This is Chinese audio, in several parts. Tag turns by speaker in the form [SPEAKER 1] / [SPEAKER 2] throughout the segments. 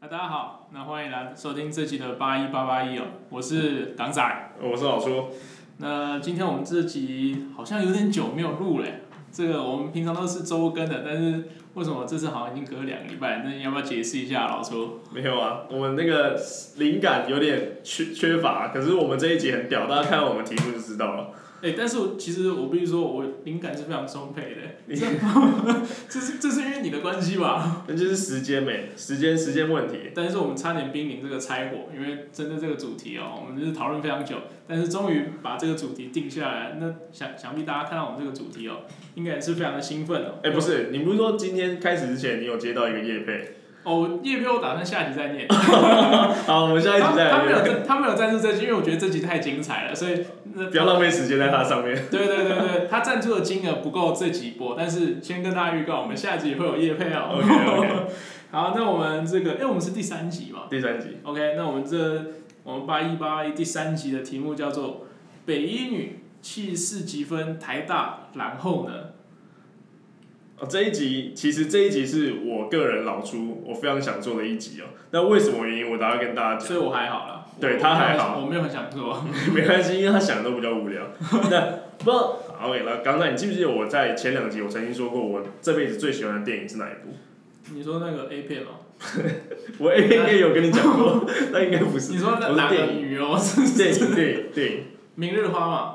[SPEAKER 1] 那大家好，那欢迎来收听这期的八一八八一哦，我是港仔。
[SPEAKER 2] 我是老叔，
[SPEAKER 1] 那今天我们这集好像有点久没有录嘞，这个我们平常都是周更的，但是为什么这次好像已经隔两个礼拜？那你要不要解释一下，老叔？
[SPEAKER 2] 没有啊，我们那个灵感有点缺缺乏，可是我们这一集很屌，大家看我们题目就知道了。
[SPEAKER 1] 哎、但是我其实我必须说，我灵感是非常充沛的，
[SPEAKER 2] 你
[SPEAKER 1] 这这是这是因为你的关系吧？哎
[SPEAKER 2] 那就是时间没，时间时间问题。
[SPEAKER 1] 但是我们差点濒临这个拆伙，因为针对这个主题哦，我们就是讨论非常久，但是终于把这个主题定下来。那想想必大家看到我们这个主题哦，应该也是非常的兴奋哦。
[SPEAKER 2] 哎、不是，你不是说今天开始之前你有接到一个业配？
[SPEAKER 1] 哦，叶标我打算下集再念。
[SPEAKER 2] 好，我们 下一集再
[SPEAKER 1] 他他没有
[SPEAKER 2] 来。
[SPEAKER 1] 赞他没有赞助这集，因为我觉得这集太精彩了，所以那
[SPEAKER 2] 不要浪费时间在它上面。
[SPEAKER 1] 对对对对，他赞助的金额不够这集播，但是先跟大家预告，我们下集会有叶配哦。
[SPEAKER 2] OK，OK
[SPEAKER 1] 好，那我们这个，哎因为我们是第三集嘛，
[SPEAKER 2] 第三集，
[SPEAKER 1] OK，那我们这我们八一八一第三集的题目叫做“北一女气势积分台大”，然后呢？
[SPEAKER 2] 哦，这一集其实这一集是我个人老叔我非常想做的一集哦。那为什么原因？我等下跟大家讲。
[SPEAKER 1] 所以我还好啦，
[SPEAKER 2] 对
[SPEAKER 1] 我
[SPEAKER 2] 他还好
[SPEAKER 1] 我没有很想做。
[SPEAKER 2] 没关系，因为他想的都比较无聊。 那不知道好 OK 了，刚才你记不记得我在前两集我曾经说过，我这辈子最喜欢的电影是哪一部？
[SPEAKER 1] 你说那个 A 片哦吗？
[SPEAKER 2] 我应该有跟你讲过， 那应该不是。
[SPEAKER 1] 你说那
[SPEAKER 2] 我
[SPEAKER 1] 哪
[SPEAKER 2] 是
[SPEAKER 1] 个
[SPEAKER 2] 电影？
[SPEAKER 1] 女优？
[SPEAKER 2] 电影电影电影，
[SPEAKER 1] 明日花嘛？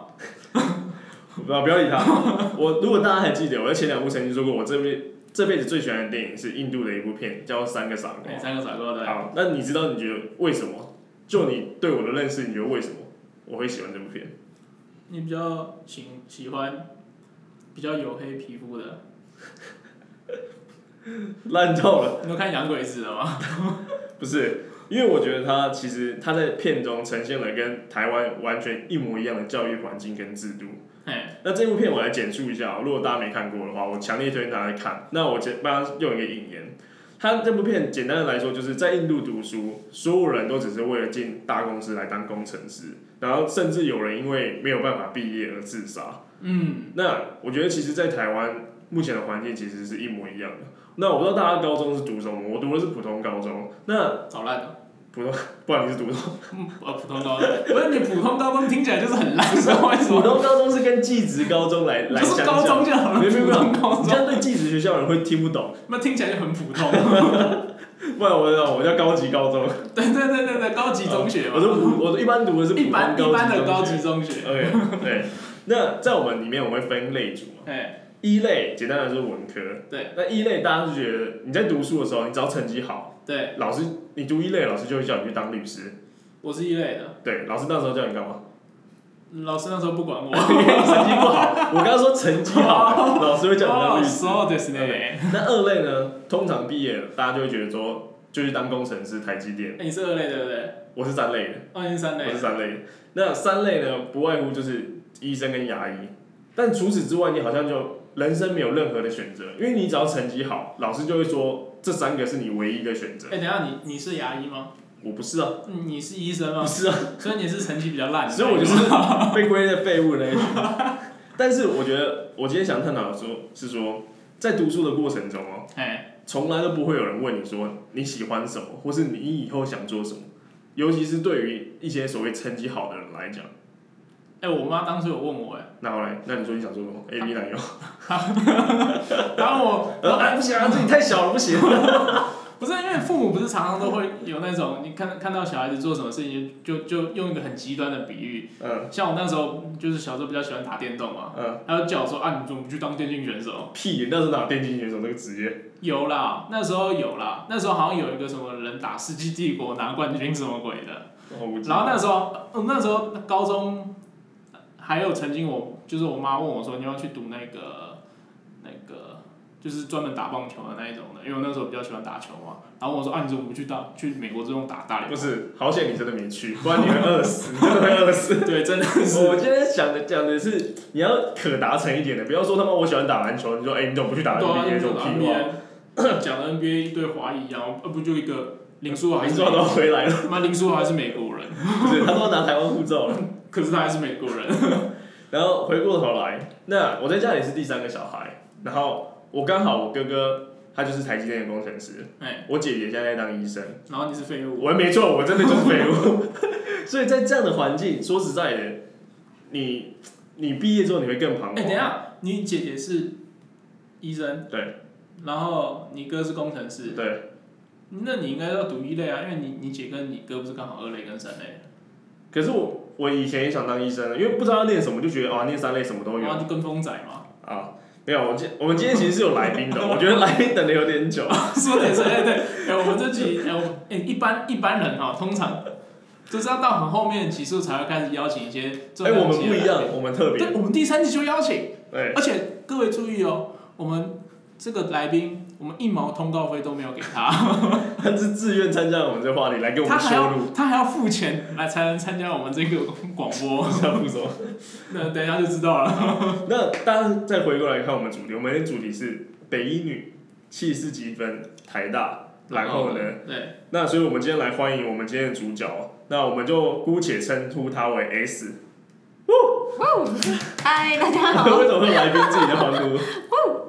[SPEAKER 2] 不要不要理他。 我如果大家还记得，我在前两部曾经说过，我这辈这辈子最喜欢的电影是印度的一部片，叫《三个傻瓜
[SPEAKER 1] 哎，》。三个傻瓜对。
[SPEAKER 2] 好，那你知道你觉得为什么？就你对我的认识，你觉得为什么我会喜欢这部片？
[SPEAKER 1] 你比较喜喜欢比较黝黑皮肤的？
[SPEAKER 2] 烂透了。
[SPEAKER 1] 你有看《洋鬼子》的吗？
[SPEAKER 2] 不是，因为我觉得他其实他在片中呈现了跟台湾完全一模一样的教育环境跟制度。
[SPEAKER 1] 哎，
[SPEAKER 2] 那这部片我来简述一下哦、如果大家没看过的话，我强烈推荐大家看。那我简帮他用一个引言，他这部片简单的来说，就是在印度读书，所有人都只是为了进大公司来当工程师，然后甚至有人因为没有办法毕业而自杀。
[SPEAKER 1] 嗯，
[SPEAKER 2] 那我觉得其实，在台湾目前的环境其实是一模一样的。那我不知道大家高中是读什么，我读的是普通高中。那
[SPEAKER 1] 早烂了。
[SPEAKER 2] 不然你是读什么
[SPEAKER 1] 嗯，呃，普通高中，不是你普通高中听起来就是很烂，知道为什
[SPEAKER 2] 普
[SPEAKER 1] 么？
[SPEAKER 2] 通高中是跟技职高中来来
[SPEAKER 1] 就
[SPEAKER 2] 相
[SPEAKER 1] 是高
[SPEAKER 2] 较，
[SPEAKER 1] 中就好了，
[SPEAKER 2] 没有没有
[SPEAKER 1] 普
[SPEAKER 2] 没有
[SPEAKER 1] 通高
[SPEAKER 2] 你
[SPEAKER 1] 中
[SPEAKER 2] 这。样对技职学校人会听不懂。
[SPEAKER 1] 那听起来就很普通。
[SPEAKER 2] 不然我叫我叫高级高中，
[SPEAKER 1] 对对对对对，高级中学嘛，
[SPEAKER 2] 哦我是普我一般读的是普
[SPEAKER 1] 一
[SPEAKER 2] 通高
[SPEAKER 1] 般
[SPEAKER 2] 级
[SPEAKER 1] 一般的高
[SPEAKER 2] 中学
[SPEAKER 1] 级中学。
[SPEAKER 2] OK，对。那在我们里面，我们会分类组嘛。
[SPEAKER 1] 哎，
[SPEAKER 2] 一类简单来说文科，
[SPEAKER 1] 对。
[SPEAKER 2] 那一类大家就觉得你在读书的时候，你只要成绩好，
[SPEAKER 1] 对，
[SPEAKER 2] 老师你读一类，老师就会叫你去当律师。
[SPEAKER 1] 我是一类的，
[SPEAKER 2] 对，老师那时候叫你干 嘛？
[SPEAKER 1] 老师那时候不 管我。
[SPEAKER 2] 因为你成绩不好，我刚刚说成绩好，老师会叫你
[SPEAKER 1] 哦
[SPEAKER 2] 当律
[SPEAKER 1] そ
[SPEAKER 2] 师。
[SPEAKER 1] うですね。
[SPEAKER 2] 那二类呢？通常毕业了，大家就会觉得说，就去当工程师、台积电。
[SPEAKER 1] 哎，你是二类对不对？
[SPEAKER 2] 我是三类的，
[SPEAKER 1] 二年三
[SPEAKER 2] 我
[SPEAKER 1] 类啊
[SPEAKER 2] 是。三类的。那三类呢，不外乎就是医生跟牙医。但除此之外，你好像就人生没有任何的选择，因为你只要成绩好，老师就会说这三个是你唯一的选择
[SPEAKER 1] 哎，。等一下你你是牙医吗？
[SPEAKER 2] 我不是啊，
[SPEAKER 1] 嗯你是医生
[SPEAKER 2] 不
[SPEAKER 1] 吗？
[SPEAKER 2] 是啊，
[SPEAKER 1] 所以你是成绩比较烂的。
[SPEAKER 2] 所以我就是被归类在废物的那一群。 但是我觉得，我今天想探讨的说，是说在读书的过程中哦，
[SPEAKER 1] 哎，
[SPEAKER 2] 从来都不会有人问你说你喜欢什么，或是你以后想做什么。尤其是对于一些所谓成绩好的人来讲，
[SPEAKER 1] 哎，我妈当初有问我，哎，
[SPEAKER 2] 那后来，那你说你想做什么？A B 男优？
[SPEAKER 1] 然后我
[SPEAKER 2] 呃，哎，不行 啊，自己太小了，不行。
[SPEAKER 1] 不是因为父母不是常常都会有那种，你看看到小孩子做什么事情，就就用一个很极端的比喻，
[SPEAKER 2] 嗯
[SPEAKER 1] 像我那时候就是小时候比较喜欢打电动嘛，
[SPEAKER 2] 嗯，
[SPEAKER 1] 他就叫我说啊，你怎么不去当电竞选手？
[SPEAKER 2] 屁，那时候哪有电竞选手这个职业？
[SPEAKER 1] 有啦，那时候有啦，那时候好像有一个什么人打《世纪帝国》拿冠军什么鬼的，
[SPEAKER 2] 我无知
[SPEAKER 1] 然后那时候，嗯，那时候高中还有曾经我就是我妈问我说你要不要去读那个那个就是专门打棒球的那一种的，因为我那时候比较喜欢打球嘛，然后我说啊你怎么不去打去美国这种打大联
[SPEAKER 2] 不
[SPEAKER 1] 盟？
[SPEAKER 2] 是，好险你真的没去，不然你会饿死，你真的会饿 死。
[SPEAKER 1] 对，真的
[SPEAKER 2] 我
[SPEAKER 1] 是。
[SPEAKER 2] 今天想的讲的是，你要可达成一点的，不要说他妈我喜欢打篮球，你说哎、你怎么不去打
[SPEAKER 1] 对啊，
[SPEAKER 2] NBA 这
[SPEAKER 1] 你
[SPEAKER 2] 种
[SPEAKER 1] 讲
[SPEAKER 2] 屁
[SPEAKER 1] 到
[SPEAKER 2] 话，
[SPEAKER 1] NBA，讲 的 NBA 一堆华裔一样，呃不就一个林书豪还
[SPEAKER 2] 你
[SPEAKER 1] 是
[SPEAKER 2] 说都回来了，
[SPEAKER 1] 妈林书豪还是美国人，
[SPEAKER 2] 不是，他都拿台湾护照了。
[SPEAKER 1] 可是他还是美国人。
[SPEAKER 2] 然后回过头来，那我在家里是第三个小孩，然后我刚好我哥哥他就是台积电的工程师。
[SPEAKER 1] 哎，
[SPEAKER 2] 我姐姐现在在当医生，
[SPEAKER 1] 然后你是废物，
[SPEAKER 2] 我没错，我真的就是废物。 所以在这样的环境，说实在的，你你毕业之后你会更
[SPEAKER 1] 哎、
[SPEAKER 2] 彷徨。
[SPEAKER 1] 等一下，你姐姐是医生，
[SPEAKER 2] 对，
[SPEAKER 1] 然后你哥是工程师，
[SPEAKER 2] 对，
[SPEAKER 1] 那你应该要读一类啊，因为你你姐跟你哥不是刚好二类跟三类，
[SPEAKER 2] 可是我我以前也想当医生，因为不知道要念什么，就觉得哦，念三类什么都有
[SPEAKER 1] 然后就跟风仔嘛，
[SPEAKER 2] 啊。没有，我今我们今天其实是有来宾的，我觉得来宾等的有点 久。
[SPEAKER 1] 说的也是，哎、对，哎、我们这集，哎、我们哎、一般一般人哈、通常就是要到很后面的集数才会开始邀请一些重
[SPEAKER 2] 哎，
[SPEAKER 1] 量级的来
[SPEAKER 2] 我们
[SPEAKER 1] 宾，
[SPEAKER 2] 不一样，我们特别
[SPEAKER 1] 对，我们第三季就邀请，
[SPEAKER 2] 对。
[SPEAKER 1] 而且各位注意哦，我们这个来宾，我们一毛通告费都没有给 他，
[SPEAKER 2] 他是自愿参加我们这话题来给我
[SPEAKER 1] 他
[SPEAKER 2] 们
[SPEAKER 1] 还
[SPEAKER 2] 修
[SPEAKER 1] 要
[SPEAKER 2] 路，
[SPEAKER 1] 他还要付钱来才能参加我们这个广播，
[SPEAKER 2] 他不说。
[SPEAKER 1] 那等一下就知道了。
[SPEAKER 2] 那大家再回过来看我们主题，我们的主题是北一女气势积分台大，然后呢，？
[SPEAKER 1] 对，
[SPEAKER 2] 那所以我们今天来欢迎我们今天的主角哦，那我们就姑且称呼他为 S。
[SPEAKER 3] 嗨，哎大家好。
[SPEAKER 2] 为什么会有来宾自己的欢呼？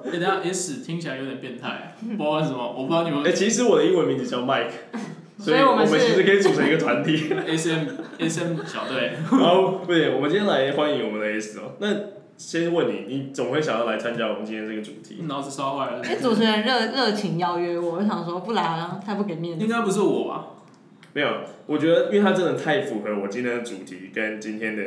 [SPEAKER 1] 哎等一下 S 听起来有点变态，不知道为什么，我不知道你
[SPEAKER 2] 哎、
[SPEAKER 1] 们
[SPEAKER 2] 其实我的英文名字叫 Mike，
[SPEAKER 3] 所以
[SPEAKER 2] 以我
[SPEAKER 3] 我们是
[SPEAKER 2] 其实可以组成一个团体。
[SPEAKER 1] S M S M 小队。
[SPEAKER 2] 然后，不对，我们今天来欢迎我们的 S 哦。那先问你，你怎么会想要来参加我们今天这个主题？
[SPEAKER 1] 脑子烧坏了
[SPEAKER 3] 因。为哎主持人热热情邀约我，我想说不来好像太不给面子。
[SPEAKER 1] 应该不是我吧？
[SPEAKER 2] 没有，我觉得因为它真的太符合我今天的主题跟今天的，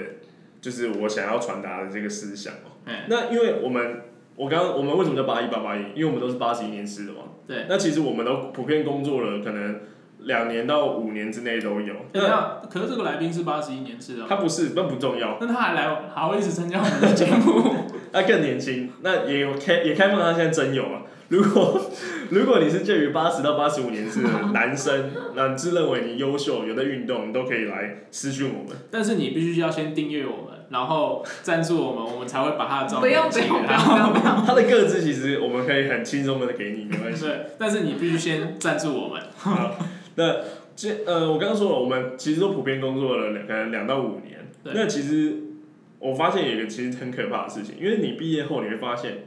[SPEAKER 2] 就是我想要传达的这个思想哦。
[SPEAKER 1] 哎，
[SPEAKER 2] 那因为我们，我刚刚我们为什么叫八一八八一？因为我们都是八十一年次的嘛。
[SPEAKER 1] 对。
[SPEAKER 2] 那其实我们都普遍工作了，可能两年到五年之内都有。
[SPEAKER 1] 等一
[SPEAKER 2] 那
[SPEAKER 1] 下，可是这个来宾是八十一年次的
[SPEAKER 2] 他
[SPEAKER 1] 哦，
[SPEAKER 2] 不是，那不重要，
[SPEAKER 1] 那他还来，还会一直参加我们的节目？
[SPEAKER 2] 那更年轻，那也有开也开放他现在真有啊。如果 如果你是介于八十到八十五年次的男生，那你自认为你优秀，有在运动，你都可以来私讯我们。
[SPEAKER 1] 但是你必须要先订阅我们，然后赞助我们，我们才会把他的照
[SPEAKER 3] 不
[SPEAKER 1] 片
[SPEAKER 3] 用
[SPEAKER 1] 寄
[SPEAKER 3] 不
[SPEAKER 1] 给
[SPEAKER 3] 用不用
[SPEAKER 1] 他。
[SPEAKER 3] 不用不用，
[SPEAKER 2] 他的个资其实我们可以很轻松的给你，没关 系。
[SPEAKER 1] 对，但是你必须先赞助我们。
[SPEAKER 2] 那这呃，我刚刚说了，我们其实都普遍工作了两可能两到五年。
[SPEAKER 1] 对
[SPEAKER 2] 那其实我发现有一个其实很可怕的事情，因为你毕业后你会发现，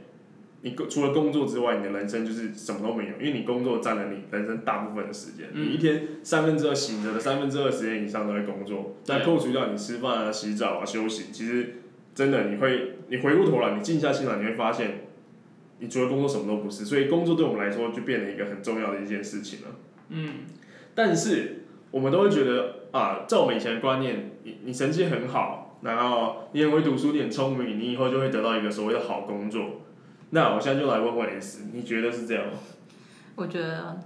[SPEAKER 2] 你工除了工作之外，你的人生就是什么都没有，因为你工作占了你人生大部分的时间。
[SPEAKER 1] 嗯
[SPEAKER 2] 你一天三分之二醒着的三分之二时间以上都在工作，
[SPEAKER 1] 对
[SPEAKER 2] 那扣除掉你吃饭啊、洗澡啊、休息，其实真的你会，你回过头来，你静下心来，你会发现。你除了工作什么都不是，所以工作对我们来说就变得一个很重要的一件事情了。
[SPEAKER 1] 嗯，
[SPEAKER 2] 但是我们都会觉得啊，在我们以前的观念，你你成绩很好，然后你很会读书，你很聪明，你以后就会得到一个所谓的好工作。那我现在就来问问 S，你觉得是这样吗？
[SPEAKER 3] 我觉得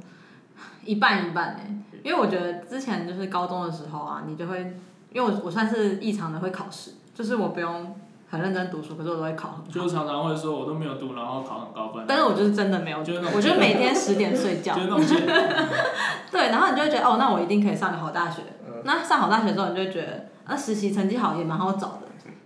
[SPEAKER 3] 一半一半哎、因为我觉得之前就是高中的时候啊，你就会，因为我我算是异常的会考试，就是我不用很认真读书，可是我都会考很好。
[SPEAKER 1] 就是常常会说我都没有读，然后考很高分，
[SPEAKER 3] 但是我就是真的没有，
[SPEAKER 1] 就是那种
[SPEAKER 3] 我就每天十点睡觉
[SPEAKER 1] 就，是那种见
[SPEAKER 3] 对，然后你就会觉得哦，那我一定可以上个好大学。
[SPEAKER 2] 嗯
[SPEAKER 3] 那上好大学之后，你就会觉得，那、实习成绩好也蛮好找的，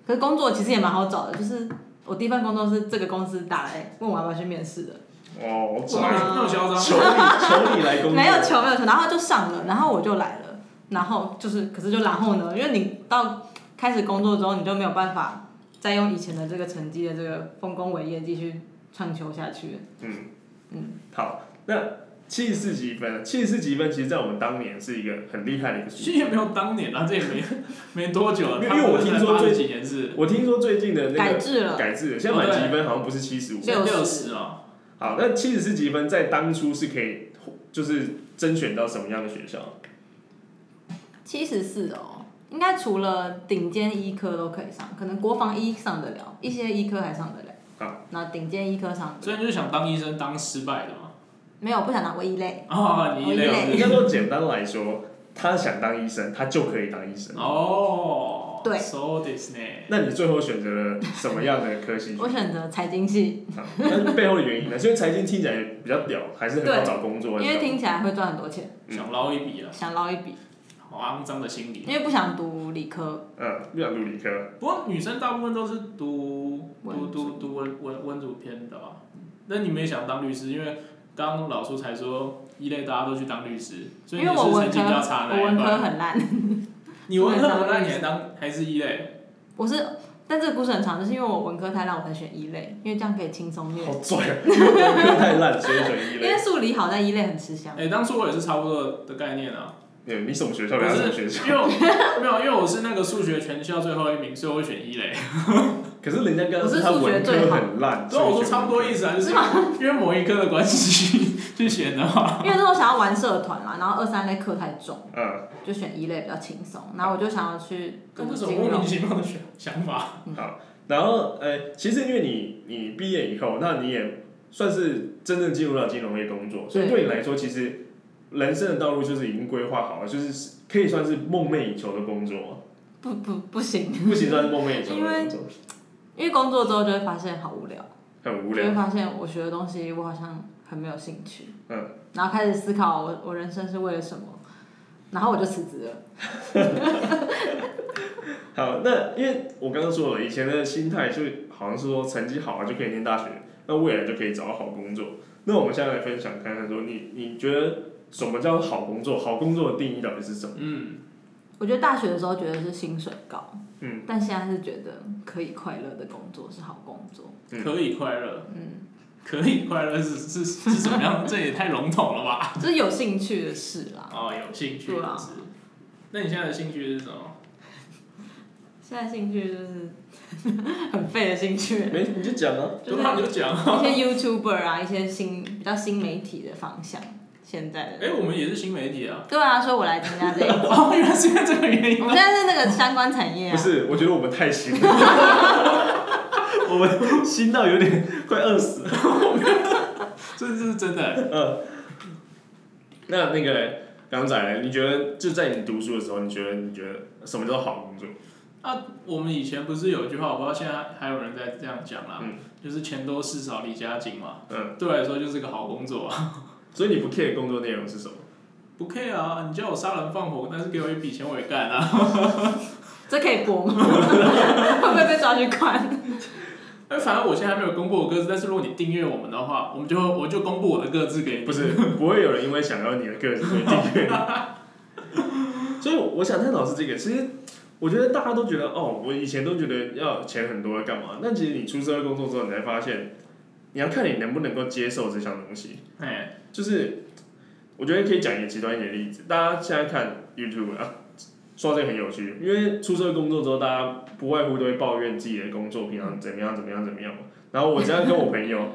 [SPEAKER 3] 可是工作其实也蛮好找的，就是我第一份工作是这个公司打来问我要不要去面试的，
[SPEAKER 2] 哦，我
[SPEAKER 1] 哇那么嚣张，
[SPEAKER 2] 求你求你来工作，
[SPEAKER 3] 没有求没有求，然后就上了，然后我就来了，然后就是可是就然后呢，因为你到开始工作之后，你就没有办法再用以前的这个成绩的这个丰功伟业继续创求下去了。
[SPEAKER 2] 嗯
[SPEAKER 3] 嗯
[SPEAKER 2] 好，那七十四积分，七十四积分其实在我们当年是一个很厉害的一个数
[SPEAKER 1] 其实
[SPEAKER 2] 字
[SPEAKER 1] 也。没有当年啊，这也没 没多久啊了。
[SPEAKER 2] 因为因为我听说最
[SPEAKER 1] 这几年是
[SPEAKER 2] 我听说最近的那
[SPEAKER 3] 改
[SPEAKER 2] 个
[SPEAKER 3] 制了，
[SPEAKER 2] 改制，现在满积分好像不是七十五，
[SPEAKER 3] 六十
[SPEAKER 1] 六十哦，
[SPEAKER 2] 好，那七十四积分在当初是可以，就是甄选到什么样的学校？
[SPEAKER 3] 七十四哦，应该除了顶尖医科都可以上，可能国防医上得了，一些医科还上得了。
[SPEAKER 1] 啊
[SPEAKER 2] 好，
[SPEAKER 3] 那顶尖医科上得
[SPEAKER 1] 所
[SPEAKER 3] 了
[SPEAKER 1] 以就是想当医生当失败的嘛。
[SPEAKER 3] 没有，不想拿唯一类。
[SPEAKER 1] 哦，你一类
[SPEAKER 3] 我
[SPEAKER 2] 应
[SPEAKER 3] 一
[SPEAKER 2] 该说简单来说，他想当医生，他就可以当医生。
[SPEAKER 1] 哦，
[SPEAKER 3] 对
[SPEAKER 1] ，so this 呢？
[SPEAKER 2] 那你最后选择了什么样的科系？
[SPEAKER 3] 我选择财经系，
[SPEAKER 2] 好那背后的原因呢？所以财经听起来比较屌，还是很好
[SPEAKER 3] 对
[SPEAKER 2] 找工作。
[SPEAKER 3] 因为听起来会赚很多钱，
[SPEAKER 2] 嗯
[SPEAKER 1] 想捞一笔啊，
[SPEAKER 3] 想捞一笔，
[SPEAKER 1] 好肮脏的心理。
[SPEAKER 3] 因为不想读理科。
[SPEAKER 2] 嗯，不想读理科，
[SPEAKER 1] 不过女生大部分都是读读
[SPEAKER 3] 文
[SPEAKER 1] 读
[SPEAKER 3] 组
[SPEAKER 1] 读文文文组偏的吧？那你们也想当律师？因为刚刚老苏才说一类大家都去当律师，所以
[SPEAKER 3] 因
[SPEAKER 1] 你
[SPEAKER 3] 为我
[SPEAKER 1] 是成
[SPEAKER 3] 文
[SPEAKER 1] 绩
[SPEAKER 3] 科
[SPEAKER 1] 比较差
[SPEAKER 3] 我
[SPEAKER 1] 的那
[SPEAKER 3] 文
[SPEAKER 1] 一
[SPEAKER 3] 科
[SPEAKER 1] 班。
[SPEAKER 3] 很烂，
[SPEAKER 1] 你文科
[SPEAKER 3] 我文科
[SPEAKER 1] 那你还当还是一类？
[SPEAKER 3] 我是但这个故事很长，就是因为我文科太烂，我才选一类，因为这样可以轻松念
[SPEAKER 2] 好。拽啊！因为文科太烂，所以选一
[SPEAKER 3] 因
[SPEAKER 2] 类
[SPEAKER 3] 为。数理好，但一类很吃 香。
[SPEAKER 1] 哎、当初我也是差不多的概念啊，
[SPEAKER 2] 对，你什么学校？
[SPEAKER 1] 我
[SPEAKER 2] 人家什么学校
[SPEAKER 1] 是？因为我没有，因为我是那个数学全校最后一名，所以我会选一类。
[SPEAKER 2] 可是人家刚
[SPEAKER 3] 我
[SPEAKER 2] 刚
[SPEAKER 3] 是
[SPEAKER 2] 他
[SPEAKER 3] 数学
[SPEAKER 2] 文
[SPEAKER 3] 最
[SPEAKER 2] 科
[SPEAKER 3] 好
[SPEAKER 2] 很烂，
[SPEAKER 1] 所以我说差不多意
[SPEAKER 2] 思。
[SPEAKER 1] 思啊，就是因为某一科的关系 去选的话，
[SPEAKER 3] 因为那时候想要玩社团啦，然后二三类课太重，
[SPEAKER 2] 嗯，
[SPEAKER 3] 就选一类比较轻松。然后我就想要去
[SPEAKER 1] 这
[SPEAKER 3] 读
[SPEAKER 1] 是什么
[SPEAKER 3] 金
[SPEAKER 1] 莫名
[SPEAKER 3] 融，
[SPEAKER 1] 其妙的想想法？
[SPEAKER 2] 然后呃，其实因为你你毕业以后，那你也算是真正进入到金融业工作，所以
[SPEAKER 3] 对
[SPEAKER 2] 对你来说，其实人生的道路就是已经规划好了，就是可以算是梦寐以求的工作嘛，
[SPEAKER 3] 不不不行，
[SPEAKER 2] 不行算是梦寐以求的工作，
[SPEAKER 3] 因为工作之后就会发现好无聊，
[SPEAKER 2] 很无
[SPEAKER 3] 就会
[SPEAKER 2] 聊。
[SPEAKER 3] 发现我学的东西我好像很没有兴趣。
[SPEAKER 2] 嗯。
[SPEAKER 3] 然后开始思考我我人生是为了什么，然后我就辞职了。
[SPEAKER 2] 好，那因为我刚刚说了，以前的心态是好像是说成绩好了就可以念大学，那未来就可以找到好工作。那我们现在来分享看看说你你觉得什么叫好工作？好工作的定义到底是什么？
[SPEAKER 1] 嗯，
[SPEAKER 3] 我觉得大学的时候觉得是薪水高，
[SPEAKER 2] 嗯，
[SPEAKER 3] 但现在是觉得可以快乐的工作是好工作。
[SPEAKER 2] 嗯
[SPEAKER 1] 可以快乐，
[SPEAKER 3] 嗯，
[SPEAKER 1] 可以快乐是是是什么样？这也太笼统了
[SPEAKER 2] 啊
[SPEAKER 1] 吧？
[SPEAKER 3] 就是有兴趣的事啦。
[SPEAKER 1] 哦，有兴趣
[SPEAKER 3] 对啊
[SPEAKER 1] 是。那你现在的兴趣是什么？
[SPEAKER 3] 现在兴趣就是 很废的兴趣，
[SPEAKER 2] 没你就讲啊。
[SPEAKER 3] 就是
[SPEAKER 1] 就他就讲啊。
[SPEAKER 3] 一些 YouTuber 啊，一些新比较新媒体的方向，现在的。
[SPEAKER 1] 哎，我们也是新媒 体啊。
[SPEAKER 3] 对啊，所以我来参加这一个。
[SPEAKER 1] 哦，原来是因为这个原因
[SPEAKER 3] 我
[SPEAKER 1] 啊
[SPEAKER 3] 们现。在是那个相关产业
[SPEAKER 2] 不
[SPEAKER 3] 啊，
[SPEAKER 2] 是，我觉得我们太新了，我们新到有点快饿死了。
[SPEAKER 1] 这这是真的。
[SPEAKER 2] 呃，那那个港仔呢，你觉得就在你读书的时候，你觉得你觉得什么叫好工作？
[SPEAKER 1] 啊，我们以前不是有一句话，我不知道现在还有人在这样讲啦，
[SPEAKER 2] 嗯
[SPEAKER 1] 就是钱多事少离家近嘛。
[SPEAKER 2] 嗯，
[SPEAKER 1] 对我来说就是个好工作啊，
[SPEAKER 2] 所以你不 care 工作内容是什么？
[SPEAKER 1] 不 care 啊，你叫我杀人放火，但是给我一笔钱我也干啊。
[SPEAKER 3] 这可以播吗？ 会不会被抓去关？
[SPEAKER 1] 哎，反正我现在还没有公布我歌词，但是如果你订阅我们的话，我们就我就公布我的歌词给你。
[SPEAKER 2] 不是， 不会有人因为想要你的个人所以订阅你。 所以我想探讨是这个，其实我觉得大家都觉得哦，我以前都觉得要钱很多干嘛？但其实你出社会工作之后，你才发现，你要看你能不能够接受这项东西。
[SPEAKER 1] 哎，
[SPEAKER 2] 就是我觉得可以讲一个极端一点的例子，大家现在看 YouTube 啊，说到这个很有趣，因为出社会工作之后，大家不外乎都会抱怨自己的工作平常怎么样怎么样怎么样嘛。然后我这样跟我朋友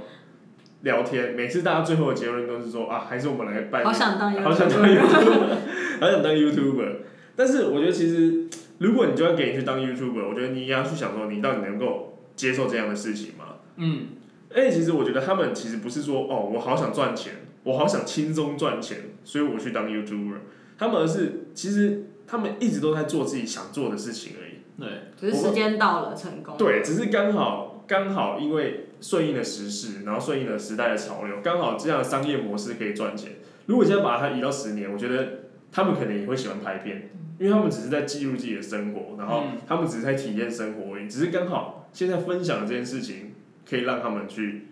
[SPEAKER 2] 聊天，每次大家最后的结论都是说啊，还是我们来办一个
[SPEAKER 3] 好想当
[SPEAKER 2] 好想当
[SPEAKER 3] YouTuber，
[SPEAKER 2] YouTuber，好想当 YouTuber。但是我觉得其实，如果你就要给你去当 YouTuber，我觉得你也要去想说，你到底能够接受这样的事情吗？
[SPEAKER 1] 嗯，
[SPEAKER 2] 而且其实我觉得他们其实不是说哦，我好想赚钱，我好想轻松赚钱，所以我去当 YouTuber。他们而是其实他们一直都在做自己想做的事情而已。
[SPEAKER 1] 对，
[SPEAKER 3] 只是时间到了成功。
[SPEAKER 2] 对，只是刚好刚好因为顺应了时事，然后顺应了时代的潮流，刚好这样的商业模式可以赚钱。如果现在把它移到十年，我觉得他们可能也会喜欢拍片，因为他们只是在记录自己的生活，然后
[SPEAKER 1] 嗯
[SPEAKER 2] 他们只是在体验生活而已。只是刚好现在分享的这件事情，可以让他们去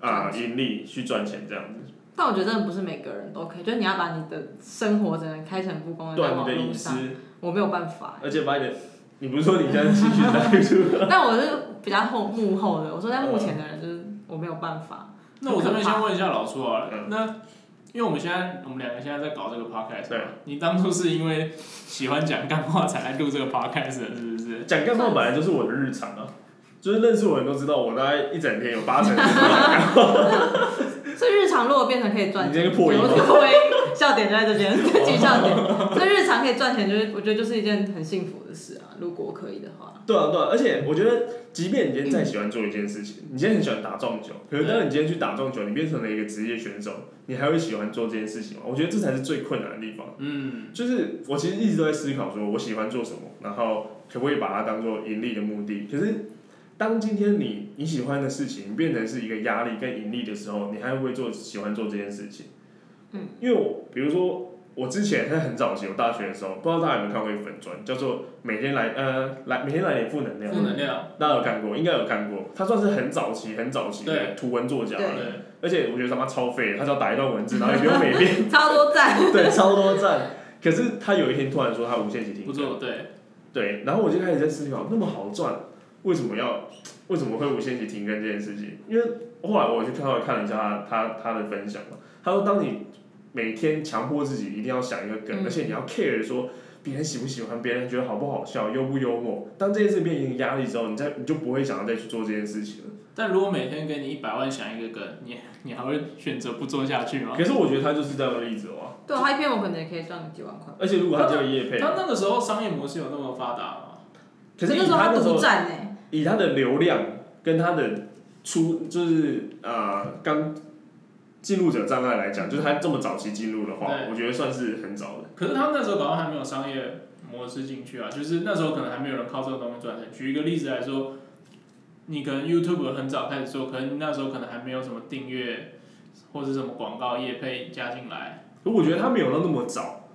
[SPEAKER 2] 啊、
[SPEAKER 3] 赚
[SPEAKER 2] 盈利去赚钱这样子。
[SPEAKER 3] 但我觉得真的不是每个人都可以，就是你要把你的生活整个开诚布公的
[SPEAKER 2] 对
[SPEAKER 3] 在
[SPEAKER 2] 你
[SPEAKER 3] 嗯网
[SPEAKER 2] 的
[SPEAKER 3] 络
[SPEAKER 2] 隐私
[SPEAKER 3] 上，，我没有办法。
[SPEAKER 2] 而且把你的，你不是说你现在继续在 YouTube？
[SPEAKER 3] 但我是比较后幕后的，我说在幕前的
[SPEAKER 2] 嗯
[SPEAKER 3] 人就是我没有办法。
[SPEAKER 1] 那我这边先问一下老苏啊
[SPEAKER 2] 嗯，
[SPEAKER 1] 那因为我们现在我们两个现在在搞这个 podcast，
[SPEAKER 2] 对
[SPEAKER 1] 嘛你当初是因为喜欢讲干话才来录这个 podcast 的，是不是？
[SPEAKER 2] 讲干话本来就是我的日常啊，就是认识我的人都知道，我大概一整天有八成是在讲干话。
[SPEAKER 3] 所以日常如果变成可以赚
[SPEAKER 2] 你这
[SPEAKER 3] 钱，
[SPEAKER 2] 个破音
[SPEAKER 3] 我就破音，笑点就在这 边，这句笑点。所以日常可以赚钱，就是我觉得就是一件很幸福的事啊，如果可以的话。
[SPEAKER 2] 对啊，对啊，而且我觉得，即便你今天再喜欢做一件事情，你今天很喜欢打撞球，可是当你今天去打撞球，你变成了一个职业选手，你还会喜欢做这件事情吗？我觉得这才是最困难的地方。
[SPEAKER 1] 嗯，
[SPEAKER 2] 就是我其实一直都在思考，说我喜欢做什么，然后可不可以把它当做盈利的目的？可是，当今天你你喜欢的事情变成是一个压力跟盈利的时候，你还会不会做喜欢做这件事情？
[SPEAKER 3] 嗯，
[SPEAKER 2] 因为我比如说我之前在很早期，我大学的时候，不知道大家有没有看过一粉砖，叫做每天来呃来每天来点负能
[SPEAKER 3] 嗯
[SPEAKER 2] 量，
[SPEAKER 1] 负能量，
[SPEAKER 2] 大家有看过，应该有看过，他算是很早期很早期的
[SPEAKER 1] 对
[SPEAKER 2] 图文作家
[SPEAKER 3] 对
[SPEAKER 2] 了，
[SPEAKER 1] 对，
[SPEAKER 2] 而且我觉得他妈超废的，他只要打一段 文字，然后也不用美编。
[SPEAKER 3] 超多赞，
[SPEAKER 2] 对，超多赞。可是他有一天突然说他无限期停
[SPEAKER 1] 不
[SPEAKER 2] 止，
[SPEAKER 1] 错，对，
[SPEAKER 2] 对，然后我就开始在思考，那么好赚，为什么要为什么会无限期停更这件事情？因为后来我去看到看了一下他他他的分享嘛，他说当你每天强迫自己一定要想一个梗，
[SPEAKER 3] 嗯
[SPEAKER 2] 而且你要 care 说别人喜不喜欢，别人觉得好不好笑，幽不幽默，当这件事变成一个压力之后，你再你就不会想要再去做这件事情了。
[SPEAKER 1] 但如果每天给你一百万想一个梗，你你还会选择不做下
[SPEAKER 3] 哦
[SPEAKER 1] 去吗？
[SPEAKER 2] 可是我觉得他就是这样的例子哦、
[SPEAKER 3] 对啊，他一篇我可能也可以赚几万块。
[SPEAKER 2] 而且如果他叫叶配，
[SPEAKER 1] 他那个时候商业模式有那么发达吗？
[SPEAKER 2] 可是以
[SPEAKER 3] 那时候他
[SPEAKER 2] 那时
[SPEAKER 3] 独
[SPEAKER 2] 候
[SPEAKER 3] 占哎，
[SPEAKER 2] 以他的流量跟他的出就是呃刚进入者障碍来讲，就是他这么早期进入的话，
[SPEAKER 1] 对
[SPEAKER 2] 我觉得算是很早的。
[SPEAKER 1] 可是他那时候搞到还没有商业模式进去啊，就是那时候可能还没有人靠这个东西赚钱。举一个例子来说，你可能 YouTube 很早开始做，可能那时候可能还没有什么订阅或者什么广告业配加进来，
[SPEAKER 2] 可我觉得他没有到那么早，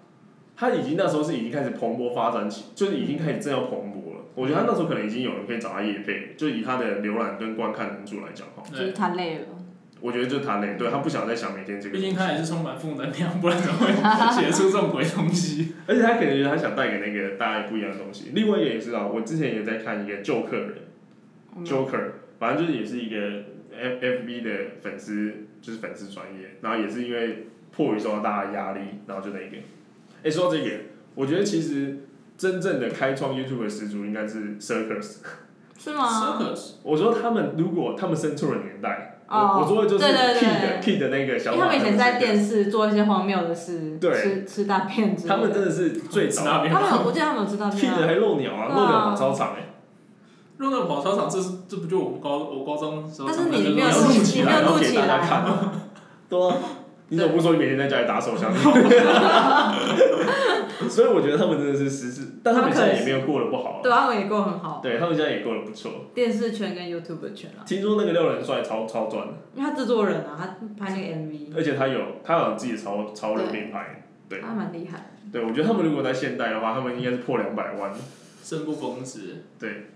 [SPEAKER 2] 他已经那时候是已经开始蓬勃发展起，就是已经开始正要蓬勃了。我觉得他那时候可能已经有人可以找他业配，就以他的浏览跟观看人数来讲哈，
[SPEAKER 3] 就是
[SPEAKER 1] 对，
[SPEAKER 3] 他累了。
[SPEAKER 2] 我觉得就是他累，对他不想再想每天这个
[SPEAKER 1] 毕
[SPEAKER 2] 东西，
[SPEAKER 1] 竟他也是充满负能量，不然怎么会写出这种鬼东 西？
[SPEAKER 2] 而且他可能觉得他想带给那个大家不一样的东西。另外一个也是啊，我之前也在看一个旧客人。Joker，反正就是也是一个 F F B 的粉丝，就是粉丝专业，然后也是因为迫于受到大家压力，然后就那一个。哎、说到这个，我觉得其实真正的开创 YouTube 的始祖应该是 Circus。
[SPEAKER 3] 是
[SPEAKER 1] c
[SPEAKER 3] 吗？
[SPEAKER 1] 可是
[SPEAKER 2] 我说他们如果他们生错的年代，我
[SPEAKER 3] 哦
[SPEAKER 2] 我说的就是
[SPEAKER 3] 对对
[SPEAKER 2] Kid
[SPEAKER 3] 对
[SPEAKER 2] Kid 的那个
[SPEAKER 3] 因
[SPEAKER 2] 小
[SPEAKER 3] 为
[SPEAKER 2] 马
[SPEAKER 3] 他们以前在
[SPEAKER 2] 那个
[SPEAKER 3] 电视做一些荒谬的事，
[SPEAKER 2] 啊对
[SPEAKER 3] 吃吃大便之类
[SPEAKER 2] 他们真
[SPEAKER 3] 的。
[SPEAKER 2] 的是最早
[SPEAKER 1] 那边
[SPEAKER 3] 他们有，我记得他们有吃大便
[SPEAKER 2] Kid
[SPEAKER 3] 啊。
[SPEAKER 2] 还漏鸟啊，
[SPEAKER 3] 哦对啊
[SPEAKER 2] 漏鸟跑操场哎、
[SPEAKER 1] 肉肉跑操场，这是这不就我们高我高中时候
[SPEAKER 3] 但
[SPEAKER 1] 常
[SPEAKER 3] 是
[SPEAKER 1] 常
[SPEAKER 3] 你
[SPEAKER 1] 在
[SPEAKER 3] 没有
[SPEAKER 1] 那
[SPEAKER 2] 要
[SPEAKER 1] 种
[SPEAKER 2] 录
[SPEAKER 3] 录，
[SPEAKER 2] 起
[SPEAKER 3] 你
[SPEAKER 2] 来
[SPEAKER 3] 没有录
[SPEAKER 2] 然后给
[SPEAKER 3] 起
[SPEAKER 2] 大家
[SPEAKER 3] 来
[SPEAKER 2] 看
[SPEAKER 3] 啊。
[SPEAKER 2] 对啊，你怎么不说你每天在家里打手枪？ 所以我觉得他们真的是实事，但他们现在也没有过得不好啊。
[SPEAKER 3] 对啊，他们也过得很好，
[SPEAKER 2] 对他们现在也过得不错。
[SPEAKER 3] 电视圈跟 YouTube 圈啊，
[SPEAKER 2] 听说那个六人帅超超赚的，
[SPEAKER 3] 因为他制作人啊，他拍那个 MV，
[SPEAKER 2] 而且他有他有自己的潮潮流品牌。对
[SPEAKER 3] 他蛮厉害的。
[SPEAKER 2] 对，我觉得他们如果在现代的话，他们应该是破两百万。
[SPEAKER 1] 生不逢时。
[SPEAKER 2] 对。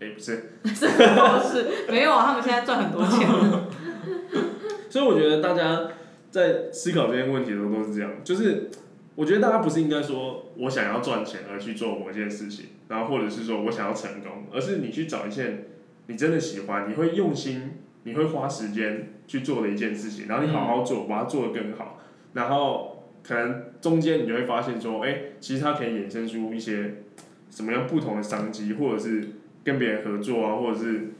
[SPEAKER 2] 哎、不是，
[SPEAKER 3] 是不是没有啊，他们现在赚很多 钱。
[SPEAKER 2] 所以我觉得大家在思考这些问题的时候都是这样，就是我觉得大家不是应该说我想要赚钱而去做某件事情，然后或者是说我想要成功，而是你去找一件你真的喜欢，你会用心，你会花时间去做的一件事情，然后你好好做，把它做得更好，然后可能中间你就会发现说，哎、其实它可以衍生出一些什么样不同的商机，或者是跟别人合作啊，或者是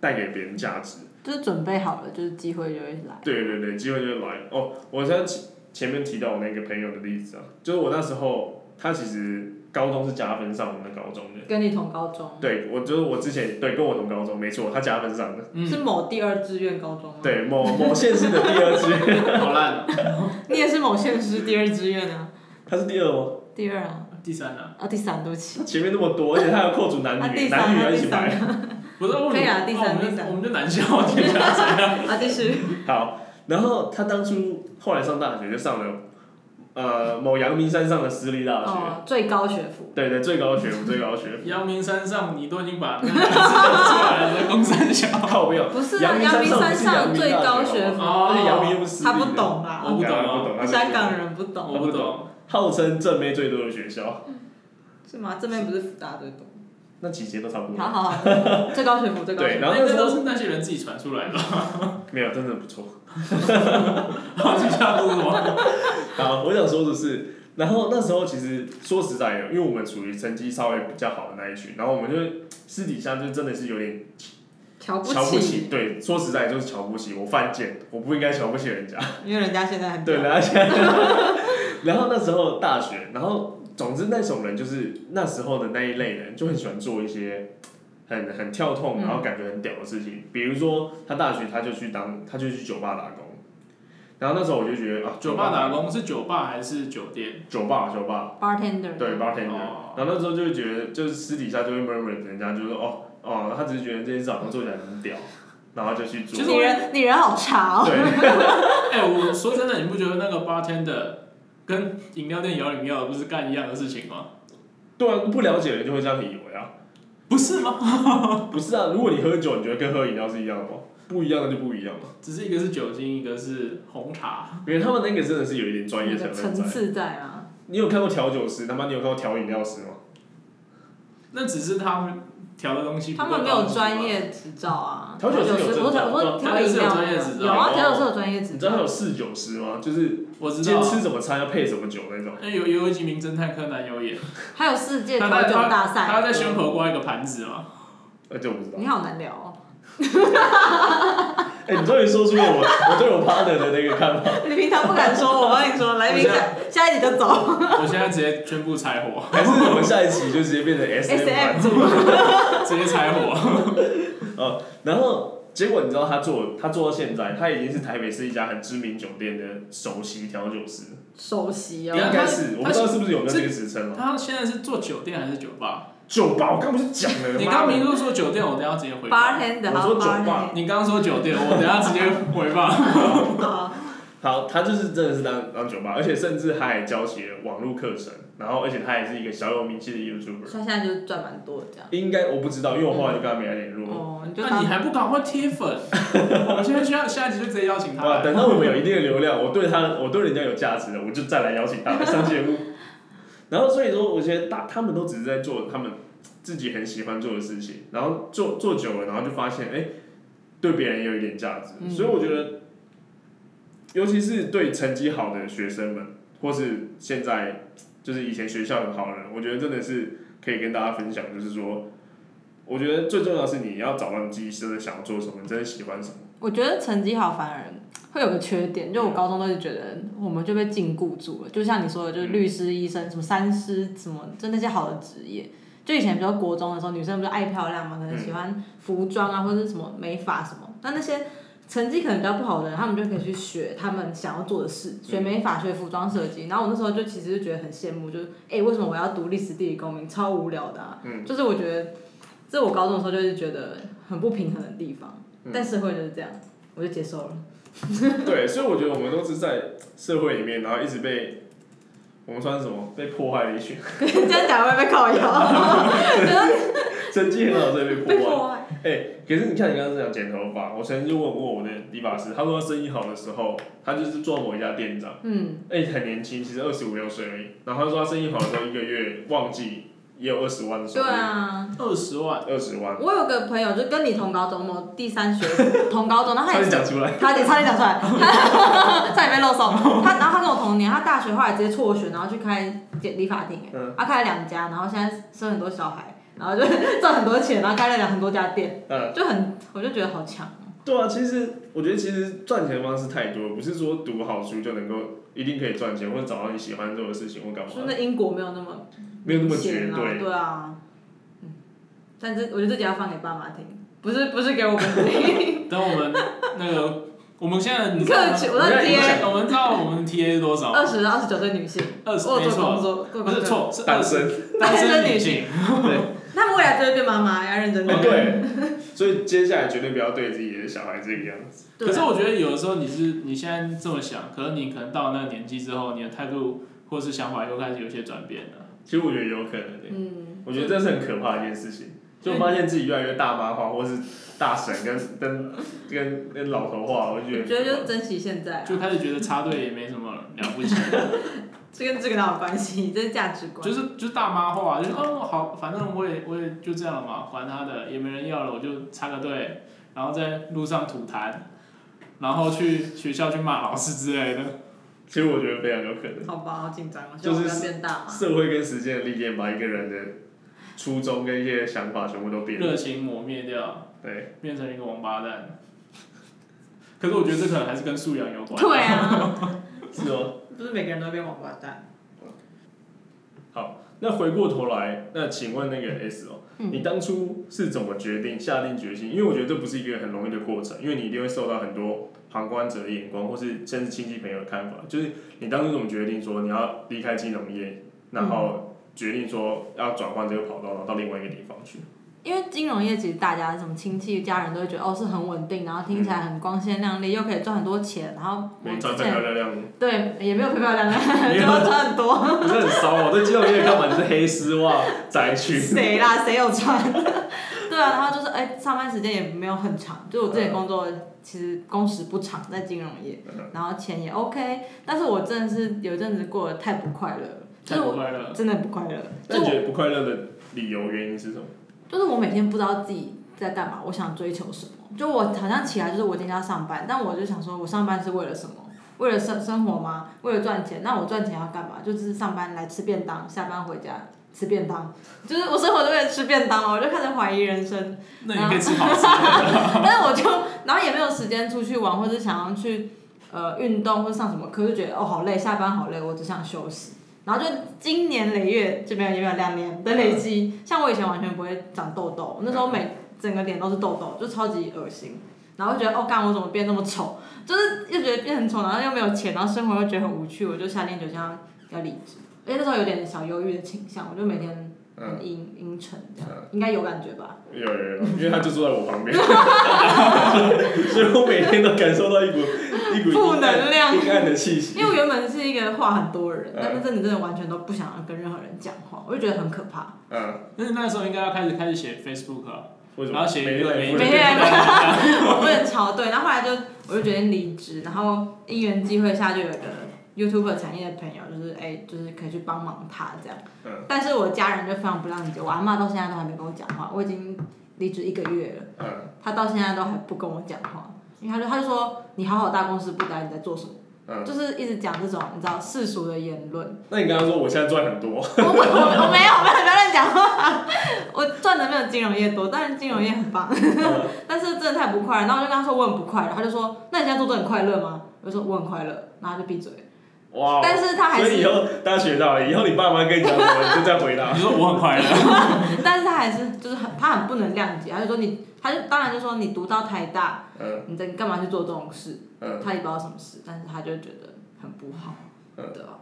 [SPEAKER 2] 带给别人价值。
[SPEAKER 3] 就是准备好了，就是机会就会来。
[SPEAKER 2] 对对对，机会就会来了哦。我现在前前面提到我那个朋友的例子啊，就是我那时候他其实高中是加分上我们的高中的，
[SPEAKER 3] 跟你同高中，
[SPEAKER 2] 对我就是我之前对跟我同高中没错，他加分 上的，
[SPEAKER 1] 嗯，
[SPEAKER 3] 是某第二志愿高中吗？，
[SPEAKER 2] 对某某县市的第二志愿，
[SPEAKER 1] 好烂哦。
[SPEAKER 3] 你也是某县市第二志愿啊，
[SPEAKER 2] 他是第二吗？
[SPEAKER 3] 第二啊，
[SPEAKER 1] 第三啊，
[SPEAKER 3] 啊第三，对不 起，
[SPEAKER 2] 他前面那么多，而且他要扣除男
[SPEAKER 3] 啊
[SPEAKER 2] 女，
[SPEAKER 3] 第
[SPEAKER 2] 男
[SPEAKER 3] 三，
[SPEAKER 2] 女
[SPEAKER 3] 啊
[SPEAKER 2] 要一
[SPEAKER 3] 第
[SPEAKER 2] 起排。
[SPEAKER 3] 三，
[SPEAKER 1] 不是我们
[SPEAKER 3] 可以啊第三
[SPEAKER 1] 哦我们
[SPEAKER 3] 第
[SPEAKER 1] 就
[SPEAKER 3] 三
[SPEAKER 1] 我们就难笑，天 下谁啊？
[SPEAKER 3] 啊第四，
[SPEAKER 2] 好，然后他当初后来上大学就上了，呃某阳明山上的私立大学，
[SPEAKER 3] 哦，最高学府，
[SPEAKER 2] 对对，最高学府最高 学府，
[SPEAKER 1] 阳明山上，你都已经把那个字讲出来了，你在公山小。
[SPEAKER 2] 靠没有，
[SPEAKER 3] 不是啊，
[SPEAKER 2] 阳明
[SPEAKER 3] 阳
[SPEAKER 2] 山
[SPEAKER 3] 明
[SPEAKER 2] 上
[SPEAKER 3] 山
[SPEAKER 2] 不是阳
[SPEAKER 3] 上
[SPEAKER 2] 明
[SPEAKER 3] 最
[SPEAKER 2] 大
[SPEAKER 3] 高
[SPEAKER 2] 学
[SPEAKER 3] 学
[SPEAKER 2] 吗
[SPEAKER 3] 府，
[SPEAKER 1] 哦
[SPEAKER 2] 而且阳明又不是私
[SPEAKER 3] 他
[SPEAKER 2] 立
[SPEAKER 3] 不
[SPEAKER 2] 的
[SPEAKER 3] 懂啦，
[SPEAKER 1] 我不懂啊
[SPEAKER 2] 不懂，他是
[SPEAKER 3] 香港人不
[SPEAKER 1] 我
[SPEAKER 3] 懂，
[SPEAKER 1] 不懂，
[SPEAKER 2] 号称正妹最多的学校，
[SPEAKER 3] 是吗？这边不是福大最懂，
[SPEAKER 2] 那几节都差不
[SPEAKER 3] 好
[SPEAKER 2] 多，
[SPEAKER 3] 好好，最高学府，最高
[SPEAKER 2] 对，
[SPEAKER 3] 学府，
[SPEAKER 2] 然后
[SPEAKER 1] 那
[SPEAKER 2] 那
[SPEAKER 1] 那
[SPEAKER 2] 时
[SPEAKER 1] 都
[SPEAKER 2] 候
[SPEAKER 1] 是那些人自己传出来的。
[SPEAKER 2] 没有，真的不错。
[SPEAKER 1] 好，接下来是什么？
[SPEAKER 2] 好，我想说的是，然后那时候其实说实在的，因为我们属于成绩稍微比较好的那一群，然后我们就私底下就真的是有点
[SPEAKER 3] 瞧
[SPEAKER 2] 瞧不起，对，说实在就是瞧不起，我犯贱，我不应该瞧不起人家。
[SPEAKER 3] 因为人家现在很
[SPEAKER 2] 对，
[SPEAKER 3] 屌
[SPEAKER 2] 然后现 在，然后那时候大学，然后总之那种人就是那时候的那一类人，就很喜欢做一些很很跳痛，
[SPEAKER 3] 嗯
[SPEAKER 2] 然后感觉很屌的事情。比如说他大学他就去当，他就去酒吧打工。然后那时候我就觉得啊，
[SPEAKER 1] 酒吧打工是酒吧还是酒店？
[SPEAKER 2] 酒吧酒吧
[SPEAKER 3] ，bartender，
[SPEAKER 2] 对 bartender，、
[SPEAKER 1] 哦
[SPEAKER 2] 然后那时候就会觉得就是私底下就会 murmur 人家，就是说哦哦，他只是觉得这件事好像做起来很屌，然后就去做。
[SPEAKER 1] 其实
[SPEAKER 3] 你人你人好差哦，
[SPEAKER 2] 对，
[SPEAKER 1] 哎，我说真的，你不觉得那个 bartender 跟饮料店摇饮料不是干一样的事情吗？
[SPEAKER 2] 对啊，不了解的人就会这样以为啊。
[SPEAKER 1] 不是吗？
[SPEAKER 2] 不是啊，如果你喝酒，你觉得跟喝饮料是一样的吗？不一样的就不一样嘛，
[SPEAKER 1] 只是一个是酒精，一个是红茶。
[SPEAKER 2] 因为他们那个真的是有一点专业
[SPEAKER 3] 那
[SPEAKER 2] 成
[SPEAKER 3] 个层
[SPEAKER 2] 分在。
[SPEAKER 3] 次在啊。
[SPEAKER 2] 你有看过调酒师？他妈，你有看过调饮料师吗？
[SPEAKER 1] 那只是他们调的东西不
[SPEAKER 3] 他
[SPEAKER 1] 够
[SPEAKER 3] 们没
[SPEAKER 1] 高
[SPEAKER 3] 有
[SPEAKER 1] 级
[SPEAKER 3] 专
[SPEAKER 1] 吧。
[SPEAKER 3] 业执照啊，
[SPEAKER 2] 调酒师有
[SPEAKER 3] 师
[SPEAKER 2] 证
[SPEAKER 3] 我
[SPEAKER 2] 照
[SPEAKER 3] 调我
[SPEAKER 1] 调
[SPEAKER 3] 调
[SPEAKER 1] 酒师有
[SPEAKER 3] 饮料
[SPEAKER 1] 专业执照
[SPEAKER 3] 有
[SPEAKER 2] 哦
[SPEAKER 3] 啊，调酒师有专业执
[SPEAKER 2] 你知道
[SPEAKER 3] 照
[SPEAKER 2] 还，有侍酒师吗？就是
[SPEAKER 1] 我知
[SPEAKER 2] 今
[SPEAKER 1] 道
[SPEAKER 2] 天
[SPEAKER 1] 啊，
[SPEAKER 2] 吃什么餐要配什么酒那种。
[SPEAKER 1] 那有有一集《名侦探柯南》有演，
[SPEAKER 3] 还有世界
[SPEAKER 1] 他
[SPEAKER 3] 调
[SPEAKER 1] 在
[SPEAKER 3] 酒
[SPEAKER 1] 他
[SPEAKER 3] 大赛。
[SPEAKER 1] 他要在胸口挂一个盘子嘛，
[SPEAKER 2] 呃，这我不知道
[SPEAKER 3] 你。好难聊哦，
[SPEAKER 2] 哎、你终于说出了我 我对我 partner 的那个看 法，
[SPEAKER 3] 你平常不敢说，我帮你说，来
[SPEAKER 1] 我
[SPEAKER 3] 宾
[SPEAKER 1] 现
[SPEAKER 3] 下下一集就走。
[SPEAKER 1] 我现在直接宣布拆伙，
[SPEAKER 2] 还是我们下一期就直接变成 S
[SPEAKER 3] S
[SPEAKER 2] M 版
[SPEAKER 3] M 组，
[SPEAKER 1] 直接拆伙。
[SPEAKER 2] 然后结果你知道他做他做到现在，他已经是台北市一家很知名酒店的首席调酒师，
[SPEAKER 3] 首席
[SPEAKER 1] 等一
[SPEAKER 2] 应
[SPEAKER 1] 下
[SPEAKER 2] 该是
[SPEAKER 1] 他
[SPEAKER 2] 我不知道是不是有没有这个职称了。啊
[SPEAKER 1] 他现在是做酒店还是酒吧？
[SPEAKER 2] 酒吧，我刚不是讲了？
[SPEAKER 1] 你
[SPEAKER 2] 妈
[SPEAKER 1] 刚
[SPEAKER 2] 的
[SPEAKER 1] 明明说酒店，我等一下直接回放。
[SPEAKER 3] bartender，
[SPEAKER 2] 我
[SPEAKER 3] 还
[SPEAKER 2] 说
[SPEAKER 3] 有
[SPEAKER 2] 酒吧
[SPEAKER 3] bartender，
[SPEAKER 1] 你刚说酒店，我等一下直接回放。
[SPEAKER 3] 好
[SPEAKER 2] 好，他就是真的是当当酒吧，而且甚至他还教起了网络课程，然后而且他也是一个小有名气的 YouTuber。
[SPEAKER 3] 所以现在就赚蛮多的这样。
[SPEAKER 2] 应该我不知道，因为我后来就跟他没来联络。
[SPEAKER 3] 哦， 你就
[SPEAKER 1] 那
[SPEAKER 3] 当
[SPEAKER 1] 你还不赶快贴粉？ 我们现在需要下一集就直接邀请他
[SPEAKER 2] 哇，
[SPEAKER 1] 来。
[SPEAKER 2] 啊等到我们有一定的流量，我对他，我对人家有价值了，我就再来邀请他来上节 目。然后所以说，我觉得大他们都只是在做他们自己很喜欢做的事情，然后做做久了，然后就发现哎、对别人也有一点价值。
[SPEAKER 3] 嗯
[SPEAKER 2] 所以我觉得，尤其是对成绩好的学生们，或是现在就是以前学校很好的人，我觉得真的是可以跟大家分享，就是说，我觉得最重要的是你要找到你自己真的想要做什么，你真的喜欢什么。
[SPEAKER 3] 我觉得成绩好反而会有个缺点，就我高中都是觉得我们就被禁锢住了，就像你说的，就是律师、医生、什么三师，什么就那些好的职业。就以前比如说国中的时候，女生不是爱漂亮嘛，可能喜欢服装啊，或者是什么美发什么。那那些成绩可能比较不好的人，他们就可以去学他们想要做的事，学美发、学服装设计。然后我那时候就其实就觉得很羡慕，就是哎、诶为什么我要读历史、地理、公民，超无聊的、啊。
[SPEAKER 2] 嗯
[SPEAKER 3] 就是我觉得，这我高中的时候就是觉得很不平衡的地方。
[SPEAKER 2] 嗯
[SPEAKER 3] 但社会就是这样，我就接受了。
[SPEAKER 2] 对，所以我觉得我们都是在社会里面，然后一直被我们算是什么被迫害的一群，
[SPEAKER 3] 这样讲会被靠腰，
[SPEAKER 2] 成绩很好所以被
[SPEAKER 3] 被
[SPEAKER 2] 迫害。
[SPEAKER 3] 破坏。
[SPEAKER 2] 哎、可是你看你刚刚是讲剪头发，我曾经就问过我的理发师，他说他生意好的时候，他就是做某一家店长，
[SPEAKER 3] 嗯，
[SPEAKER 2] 哎、很年轻，其实二十五六岁而已。然后他说他生意好的时候，一个月旺季也有二十万的收
[SPEAKER 3] 对
[SPEAKER 2] 入，
[SPEAKER 3] 啊。
[SPEAKER 1] 二十万，
[SPEAKER 2] 二十万，
[SPEAKER 3] 我有个朋友就跟你同高中嘛，第三学 府同高中，然后他
[SPEAKER 2] 差
[SPEAKER 3] 也
[SPEAKER 2] 点
[SPEAKER 3] 是
[SPEAKER 2] 讲出来。
[SPEAKER 3] 他点差点讲出来， 他差点被漏送。他然后他跟我同年，他大学后来直接辍学，然后去开剪理发店，
[SPEAKER 2] 嗯
[SPEAKER 3] 欸他开了两家，然后现在生很多小孩，然后就赚很多钱，然后开了两很多家店，
[SPEAKER 2] 嗯，
[SPEAKER 3] 就很我就觉得好强哦。
[SPEAKER 2] 对啊，其实我觉得其实赚钱的方式太多了，不是说读好书就能够一定可以赚钱，或者找到你喜欢做的事情或干嘛
[SPEAKER 3] 就。那英国没有那么
[SPEAKER 2] 没有那么绝
[SPEAKER 3] 显啊
[SPEAKER 2] 对。
[SPEAKER 3] 对啊。嗯，但这我觉得这集要放给爸妈听，不是不是给我 们听。
[SPEAKER 1] 等我们那个， 我们现在你
[SPEAKER 3] 你
[SPEAKER 1] 知道
[SPEAKER 3] 客
[SPEAKER 1] 吗
[SPEAKER 3] 气，我
[SPEAKER 2] 我
[SPEAKER 3] 在
[SPEAKER 2] 在影响
[SPEAKER 3] 贴
[SPEAKER 1] 我们知道我们的 TA 是多少吗？
[SPEAKER 3] 二十到二十九岁女性，
[SPEAKER 1] 二十，
[SPEAKER 3] 我
[SPEAKER 1] 没
[SPEAKER 3] 有做工
[SPEAKER 1] 错，
[SPEAKER 3] 作，做
[SPEAKER 1] 不
[SPEAKER 3] 工
[SPEAKER 1] 是
[SPEAKER 3] 作。
[SPEAKER 1] 错，是
[SPEAKER 2] 单
[SPEAKER 1] 二十
[SPEAKER 2] 身，
[SPEAKER 1] 单
[SPEAKER 3] 单身
[SPEAKER 1] 身女
[SPEAKER 3] 女
[SPEAKER 1] 性。
[SPEAKER 3] 那未来就会变妈妈，要认真
[SPEAKER 2] 哎
[SPEAKER 1] 哦
[SPEAKER 3] 做。
[SPEAKER 2] 对，所以接下来绝对不要对自己的小孩这个样子。
[SPEAKER 3] 对
[SPEAKER 1] 可是我觉得有的时候你是你现在这么想，可是你可能到了那个年纪之后，你的态度或是想法又开始有些转变了。
[SPEAKER 2] 其实我觉得有可能的、欸
[SPEAKER 3] 嗯，
[SPEAKER 2] 我觉得这是很可怕的一件事情，就发现自己越来越大妈化，或是大神跟跟跟跟老头化，我就觉
[SPEAKER 3] 我
[SPEAKER 2] 得
[SPEAKER 3] 觉得就珍惜现在啊，
[SPEAKER 1] 就开始觉得插队也没什么了不起，
[SPEAKER 3] 这跟这个哪有关系？这是价值观。
[SPEAKER 1] 就是就是大妈话，就是哦好，反正我也我也就这样了嘛，管他的，也没人要了，我就插个队，然后在路上吐痰，然后去学校去骂老师之类的。
[SPEAKER 2] 其实我觉得非常有可能，
[SPEAKER 3] 好吧，好紧张哦，希
[SPEAKER 2] 就是
[SPEAKER 3] 望不要变大嘛。
[SPEAKER 2] 社会跟时间的历练把一个人的初衷跟一些想法全部都变了。
[SPEAKER 1] 热情磨灭掉，
[SPEAKER 2] 对，
[SPEAKER 1] 变成一个王八蛋。可是我觉得这可能还是跟素养有关。
[SPEAKER 3] 对 啊，
[SPEAKER 2] 是哦。
[SPEAKER 3] 不是每个人都会变王八蛋。
[SPEAKER 2] 那回过头来，那请问那个 S 哦，你当初是怎么决定下定决心？因为我觉得这不是一个很容易的过程，因为你一定会受到很多旁观者的眼光，或是甚至亲戚朋友的看法。就是你当初怎么决定说你要离开金融业，然后决定说要转换这个跑道，然后到另外一个地方去？
[SPEAKER 3] 因为金融业其实大家什么亲戚、家人都会觉得哦是很稳定，然后听起来很光鲜亮丽，又可以赚很多钱，然后我
[SPEAKER 2] 没
[SPEAKER 3] 之
[SPEAKER 2] 赚
[SPEAKER 3] 前
[SPEAKER 2] 正漂亮亮，
[SPEAKER 3] 对，也没有漂漂亮亮，
[SPEAKER 2] 没有
[SPEAKER 3] 就要穿很多。
[SPEAKER 2] 你这很骚哦！ 对金融业干嘛？你是黑丝袜宅 去？
[SPEAKER 3] 谁啦？谁有穿？ 对啊，然后就是哎、上班时间也没有很长，就我之前工作其实工时不长，在金融业，然后钱也 OK，但是我真的是有一阵子过得太不快乐了，就
[SPEAKER 1] 太
[SPEAKER 3] 是
[SPEAKER 1] 不
[SPEAKER 3] 我
[SPEAKER 1] 快乐。
[SPEAKER 3] 真的不快乐，
[SPEAKER 2] 但你
[SPEAKER 3] 就我
[SPEAKER 2] 觉得不快乐的理由原因是什么？
[SPEAKER 3] 就是我每天不知道自己在干嘛，我想追求什么。就我好像起来就是我今天要上班，但我就想说，我上班是为了什么？为了生生活吗？为了赚钱？那我赚钱要干嘛？就只是上班来吃便当，下班回家吃便当，就是我生活都为了吃便当，我就开始怀疑人生。
[SPEAKER 1] 那你可以吃好吃的，
[SPEAKER 3] 但是我就，然后也没有时间出去玩，或者想要去呃运动或上什么课，就觉得哦好累，下班好累，我只想休息。然后就经年累月，这边也没有两年的累积，像我以前完全不会长痘痘，那时候每整个脸都是痘痘，就超级恶心。然后就觉得哦，干我怎么变那么丑？就是又觉得变很丑，然后又没有钱，然后生活又觉得很无趣，我就下定决心要要离职。而且那时候有点小忧郁的倾向，我就每天
[SPEAKER 2] 嗯，
[SPEAKER 3] 很阴阴沉这样
[SPEAKER 2] 嗯，
[SPEAKER 3] 应该有感觉吧？
[SPEAKER 2] 有有有，因为他就坐在我 旁边，所以我每天都感受到一股一股
[SPEAKER 3] 负能量
[SPEAKER 2] 阴暗的气息
[SPEAKER 3] 因。为我原本是一个话很多的人，
[SPEAKER 2] 嗯
[SPEAKER 3] 但是真的真的完全都不想要跟任何人讲话，我就觉得很可怕。
[SPEAKER 2] 嗯，
[SPEAKER 1] 但是 那时候应该要开始开始写 Facebook 啊了。
[SPEAKER 2] 为什
[SPEAKER 1] 然
[SPEAKER 2] 么
[SPEAKER 1] 后写
[SPEAKER 2] 没
[SPEAKER 1] 一个
[SPEAKER 2] 来
[SPEAKER 1] 每
[SPEAKER 2] 不
[SPEAKER 3] 每
[SPEAKER 2] 能
[SPEAKER 3] 天
[SPEAKER 1] 天来
[SPEAKER 3] 我不能吵对，然后后来就我就决定离职，然后因缘际会下就有一个 YouTube 产业的朋友，就是哎、就是可以去帮忙他这样。
[SPEAKER 2] 嗯
[SPEAKER 3] 但是我家人就非常不谅解，我阿妈到现在都还没跟我讲话，我已经离职一个月
[SPEAKER 2] 嗯
[SPEAKER 3] 了。他到现在都还不跟我讲话，因为他就他就说你好好大公司不待，你在做什么？
[SPEAKER 2] 嗯，
[SPEAKER 3] 就是一直讲这种你知道世俗的言论。
[SPEAKER 2] 那你刚刚说我现在赚很多，
[SPEAKER 3] 我我我没有，我没有不要乱讲话。我赚的没有金融业多，但是金融业很棒，
[SPEAKER 2] 嗯
[SPEAKER 3] 但是真的太不快乐。然后我就跟他说我很不快乐，他就说那你现在做这很快乐吗？我就说我很快乐，然后他就闭嘴。
[SPEAKER 1] 哦
[SPEAKER 2] 哇！
[SPEAKER 3] 但是他还
[SPEAKER 2] 哦所以以
[SPEAKER 3] 是，
[SPEAKER 2] 后大家学到了，以后你爸妈跟你讲什么，你就再回答
[SPEAKER 1] 你。说我很快乐，
[SPEAKER 3] 但是他还是就是很他很不能谅解，他就说你，他就当然就说你读到台大，
[SPEAKER 2] 嗯
[SPEAKER 3] 你在干嘛去做这种事？
[SPEAKER 2] 嗯，
[SPEAKER 3] 他也不知道什么事，但是他就觉得很不好，
[SPEAKER 2] 嗯
[SPEAKER 3] 对吧？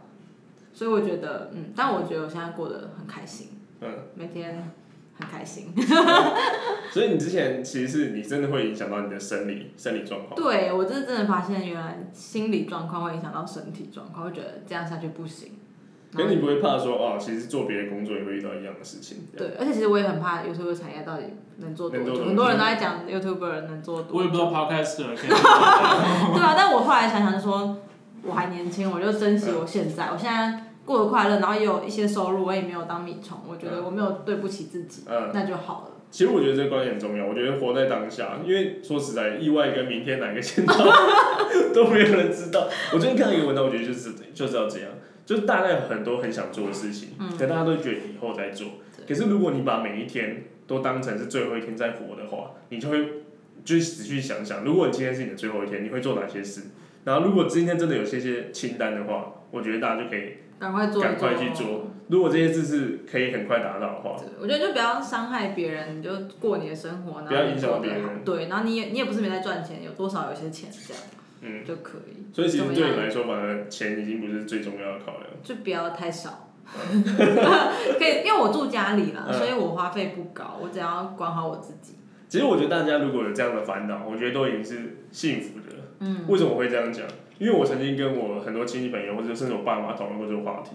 [SPEAKER 3] 所以我觉得，嗯，但我觉得我现在过得很开心，
[SPEAKER 2] 嗯，
[SPEAKER 3] 每天很开心。
[SPEAKER 2] 所以你之前其实是你真的会影响到你的生理生理状况。
[SPEAKER 3] 对，我就是真的发现，原来心理状况会影响到身体状况，会觉得这样下去不行。
[SPEAKER 2] 可
[SPEAKER 3] 然
[SPEAKER 2] 是
[SPEAKER 3] 后
[SPEAKER 2] 你不会怕说哦，其实做别的工作也会遇到一样的事情。这样
[SPEAKER 3] 对，而且其实我也很怕，有时候产业到底能做多
[SPEAKER 2] 能做
[SPEAKER 3] 久？
[SPEAKER 2] 多
[SPEAKER 3] 很多人
[SPEAKER 2] 久
[SPEAKER 3] 都在讲 YouTuber 能做
[SPEAKER 1] 我
[SPEAKER 3] 多
[SPEAKER 1] 也
[SPEAKER 3] 久，
[SPEAKER 1] 不知道 Podcast 了。可以
[SPEAKER 3] 对啊。但我后来想想就说，我还年轻，我就珍惜我现在，我现在过得快乐，然后也有一些收入，我也没有当米虫，我觉得我没有对不起自己，
[SPEAKER 2] 嗯，
[SPEAKER 3] 那就好了。
[SPEAKER 2] 其实我觉得这个观点很重要。我觉得活在当下，因为说实在，意外跟明天哪个先到 都没有人知道。 我最近看了一个文章，我觉得就是就是要这样，就是大家有很多很想做的事情，
[SPEAKER 3] 嗯
[SPEAKER 2] 可大家都觉得以后再做。可是如果你把每一天都当成是最后一天在活的话，你就会就是仔细想想，如果你今天是你的最后一天，你会做哪些事？然后如果今天真的有些些清单的话，我觉得大家就可以。
[SPEAKER 3] 赶快做一做，
[SPEAKER 2] 赶快去做如果这些事是可以很快达到的话，
[SPEAKER 3] 对我觉得就不要伤害别人，你就过你的生活，然后
[SPEAKER 2] 不要影响
[SPEAKER 3] 你过得
[SPEAKER 2] 别人
[SPEAKER 3] 好对，然后你也你也不是没在赚钱，有多少有些钱这样
[SPEAKER 2] 嗯。
[SPEAKER 3] 就可以，
[SPEAKER 2] 所以其实对你
[SPEAKER 3] 怎么
[SPEAKER 2] 来说，反而钱已经不是最重要的考量。
[SPEAKER 3] 就不要太少。 可以，因为我住家里啦，
[SPEAKER 2] 嗯
[SPEAKER 3] 所以我花费不高，我只要管好我自己。
[SPEAKER 2] 其实我觉得大家如果有这样的烦恼，我觉得都已经是幸福的了。
[SPEAKER 3] 嗯，
[SPEAKER 2] 为什么会这样讲？因为我曾经跟我很多亲戚朋友，或者甚至我爸妈讨论过这个话题，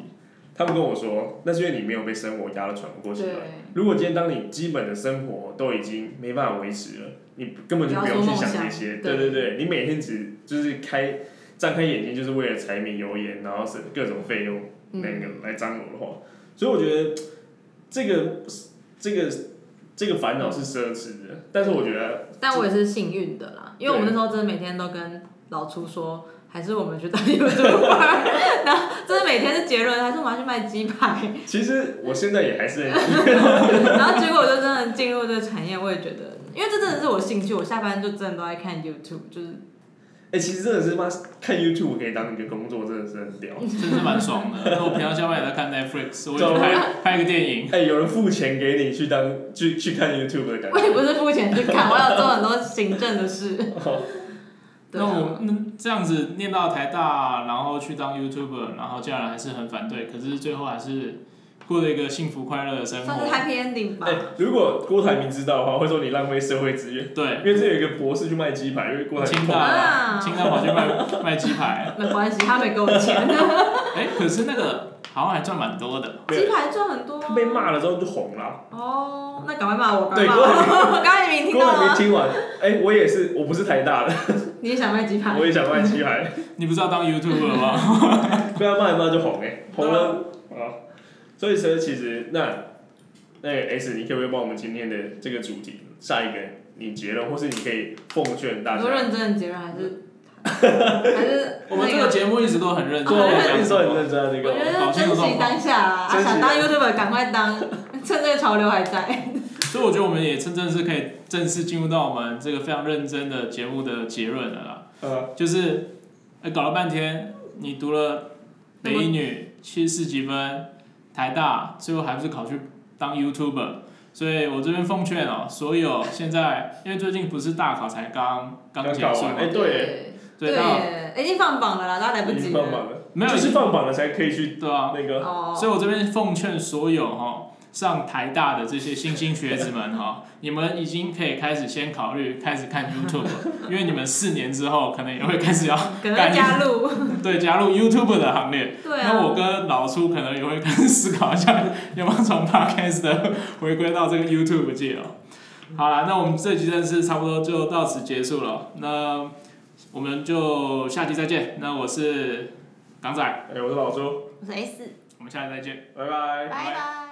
[SPEAKER 2] 他们跟我说，那是因为你没有被生活压得喘不过气来。
[SPEAKER 3] 对，
[SPEAKER 2] 如果今天当你基本的生活都已经没办法维持了，你根本就不用去想这些。
[SPEAKER 3] 不要
[SPEAKER 2] 对对
[SPEAKER 3] 说梦想
[SPEAKER 2] 对，你每天只就是开张开眼睛，就是为了柴米油盐，然后是各种费用。那
[SPEAKER 3] 嗯，
[SPEAKER 2] 个来张罗的话，所以我觉得这个这个这个烦恼是奢侈的，但是我觉得
[SPEAKER 3] 但我也是幸运的啦，因为我
[SPEAKER 2] 对
[SPEAKER 3] 那时候真的每天都跟老初说。还是我们去当 YouTuber，然后 真的每天是结论，还是我们要去卖鸡排，
[SPEAKER 2] 其实我现在也还是 很
[SPEAKER 3] 然后结果我就真的进入这个产业，我也觉得，因为这真的是我兴趣，我下班就真的都在看 YouTube，就是
[SPEAKER 2] 哎、其实真的是妈看 YouTube 可以当一个工作，真的是很屌。
[SPEAKER 1] 真是蛮爽 的。那我平常下班也在看 Netflix，我
[SPEAKER 2] 对
[SPEAKER 1] 也
[SPEAKER 2] 啊
[SPEAKER 1] 拍拍个电影。
[SPEAKER 2] 哎、有人付钱给你去当去去看 YouTube 的感
[SPEAKER 3] 我也
[SPEAKER 2] 觉，
[SPEAKER 3] 不是付钱去看，我有做很多行政的事。对
[SPEAKER 1] 那
[SPEAKER 3] 啊
[SPEAKER 1] 我嗯这样子念到台大，然后去当 YouTuber，然后家人还是很反对，可是最后还是过了一个幸福快乐的生
[SPEAKER 3] 算是
[SPEAKER 1] 活。
[SPEAKER 3] happy ending 吧
[SPEAKER 2] 哎、。如果郭台铭知道的话，会说你浪费社会 资源，
[SPEAKER 1] 对，
[SPEAKER 2] 因为这有一个博士去卖鸡排，因为郭台铭
[SPEAKER 1] 清
[SPEAKER 2] 碰
[SPEAKER 1] 大，
[SPEAKER 3] 啊
[SPEAKER 1] 清大跑去卖卖鸡排，
[SPEAKER 3] 没关系，他没给我钱，
[SPEAKER 1] 哎，可是那个好像还赚蛮多的。
[SPEAKER 2] 没有
[SPEAKER 3] 鸡排赚很多啊。
[SPEAKER 2] 他被骂了之后就红了。
[SPEAKER 3] 哦，那赶快骂我，赶
[SPEAKER 2] 对
[SPEAKER 3] 快骂
[SPEAKER 2] 郭台
[SPEAKER 3] 我。刚才你没听
[SPEAKER 2] 郭
[SPEAKER 3] 到
[SPEAKER 2] 台铭
[SPEAKER 3] 吗？
[SPEAKER 2] 听完，哎、我也是，我不是台 大的，
[SPEAKER 3] 你也想卖鸡排
[SPEAKER 2] 我？也想卖鸡排。
[SPEAKER 1] 你不是要当 YouTuber 吗？
[SPEAKER 2] 啊被他骂一骂就红哎、红了啊！所以其实其实那那 S，你可不可以帮我们今天的这个主题下一个你结论，或是你可以奉劝大
[SPEAKER 3] 你说
[SPEAKER 2] 家？
[SPEAKER 3] 认真的结论还是还是
[SPEAKER 1] 我们这
[SPEAKER 3] 那
[SPEAKER 1] 个节目一直都很认真，
[SPEAKER 3] 对
[SPEAKER 1] 我
[SPEAKER 2] 我
[SPEAKER 1] 们
[SPEAKER 2] 跟你说很
[SPEAKER 1] 讲
[SPEAKER 2] 认真啊，这
[SPEAKER 3] 我觉
[SPEAKER 2] 个。
[SPEAKER 3] 得珍惜当下啦，
[SPEAKER 2] 珍
[SPEAKER 3] 啊、
[SPEAKER 2] 惜
[SPEAKER 3] 想当 YouTuber 赶快当，趁这个潮流还在。
[SPEAKER 1] 所以我觉得我们也真正是可以正式进入到我们这个非常认真的节目的结论了啦。
[SPEAKER 2] 呃，
[SPEAKER 1] 就是，呃搞了半天，你读了北一女七十四几分，台大，最后还不是考去当 YouTuber。所以我这边奉劝哦，所有现在因为最近不是大考才刚刚结
[SPEAKER 2] 刚
[SPEAKER 1] 束
[SPEAKER 2] 考完
[SPEAKER 1] 嘛，
[SPEAKER 2] 哎对耶
[SPEAKER 1] 对
[SPEAKER 3] 对
[SPEAKER 1] 大考
[SPEAKER 3] 耶，已经放榜了啦，大家来不
[SPEAKER 2] 已
[SPEAKER 3] 及
[SPEAKER 2] 经放榜了，
[SPEAKER 1] 没有
[SPEAKER 2] 就是放榜了才可以去
[SPEAKER 1] 对啊，
[SPEAKER 2] 那个。
[SPEAKER 3] 哦，
[SPEAKER 1] 所以我这边奉劝所有哈、上台大的这些新兴学子们哈、 你们已经可以开始先考虑开始看 YouTube，因 为你们四年之后可能也会开始要
[SPEAKER 3] 可能要加入。
[SPEAKER 1] 对加入 YouTube 的行列。
[SPEAKER 3] 对
[SPEAKER 1] 那我
[SPEAKER 3] 啊，
[SPEAKER 1] 跟老苏可能也会开始思考一下， 要不要从 Podcast 的回归到这个 YouTube 界哦。好啦，那我们这集正式差不多就到此结束了，那我们就下期再见。那我是港仔，
[SPEAKER 2] 哎，我是老周，
[SPEAKER 3] 我是 S，
[SPEAKER 1] 我们下期再见。
[SPEAKER 2] 拜拜。
[SPEAKER 3] 拜拜。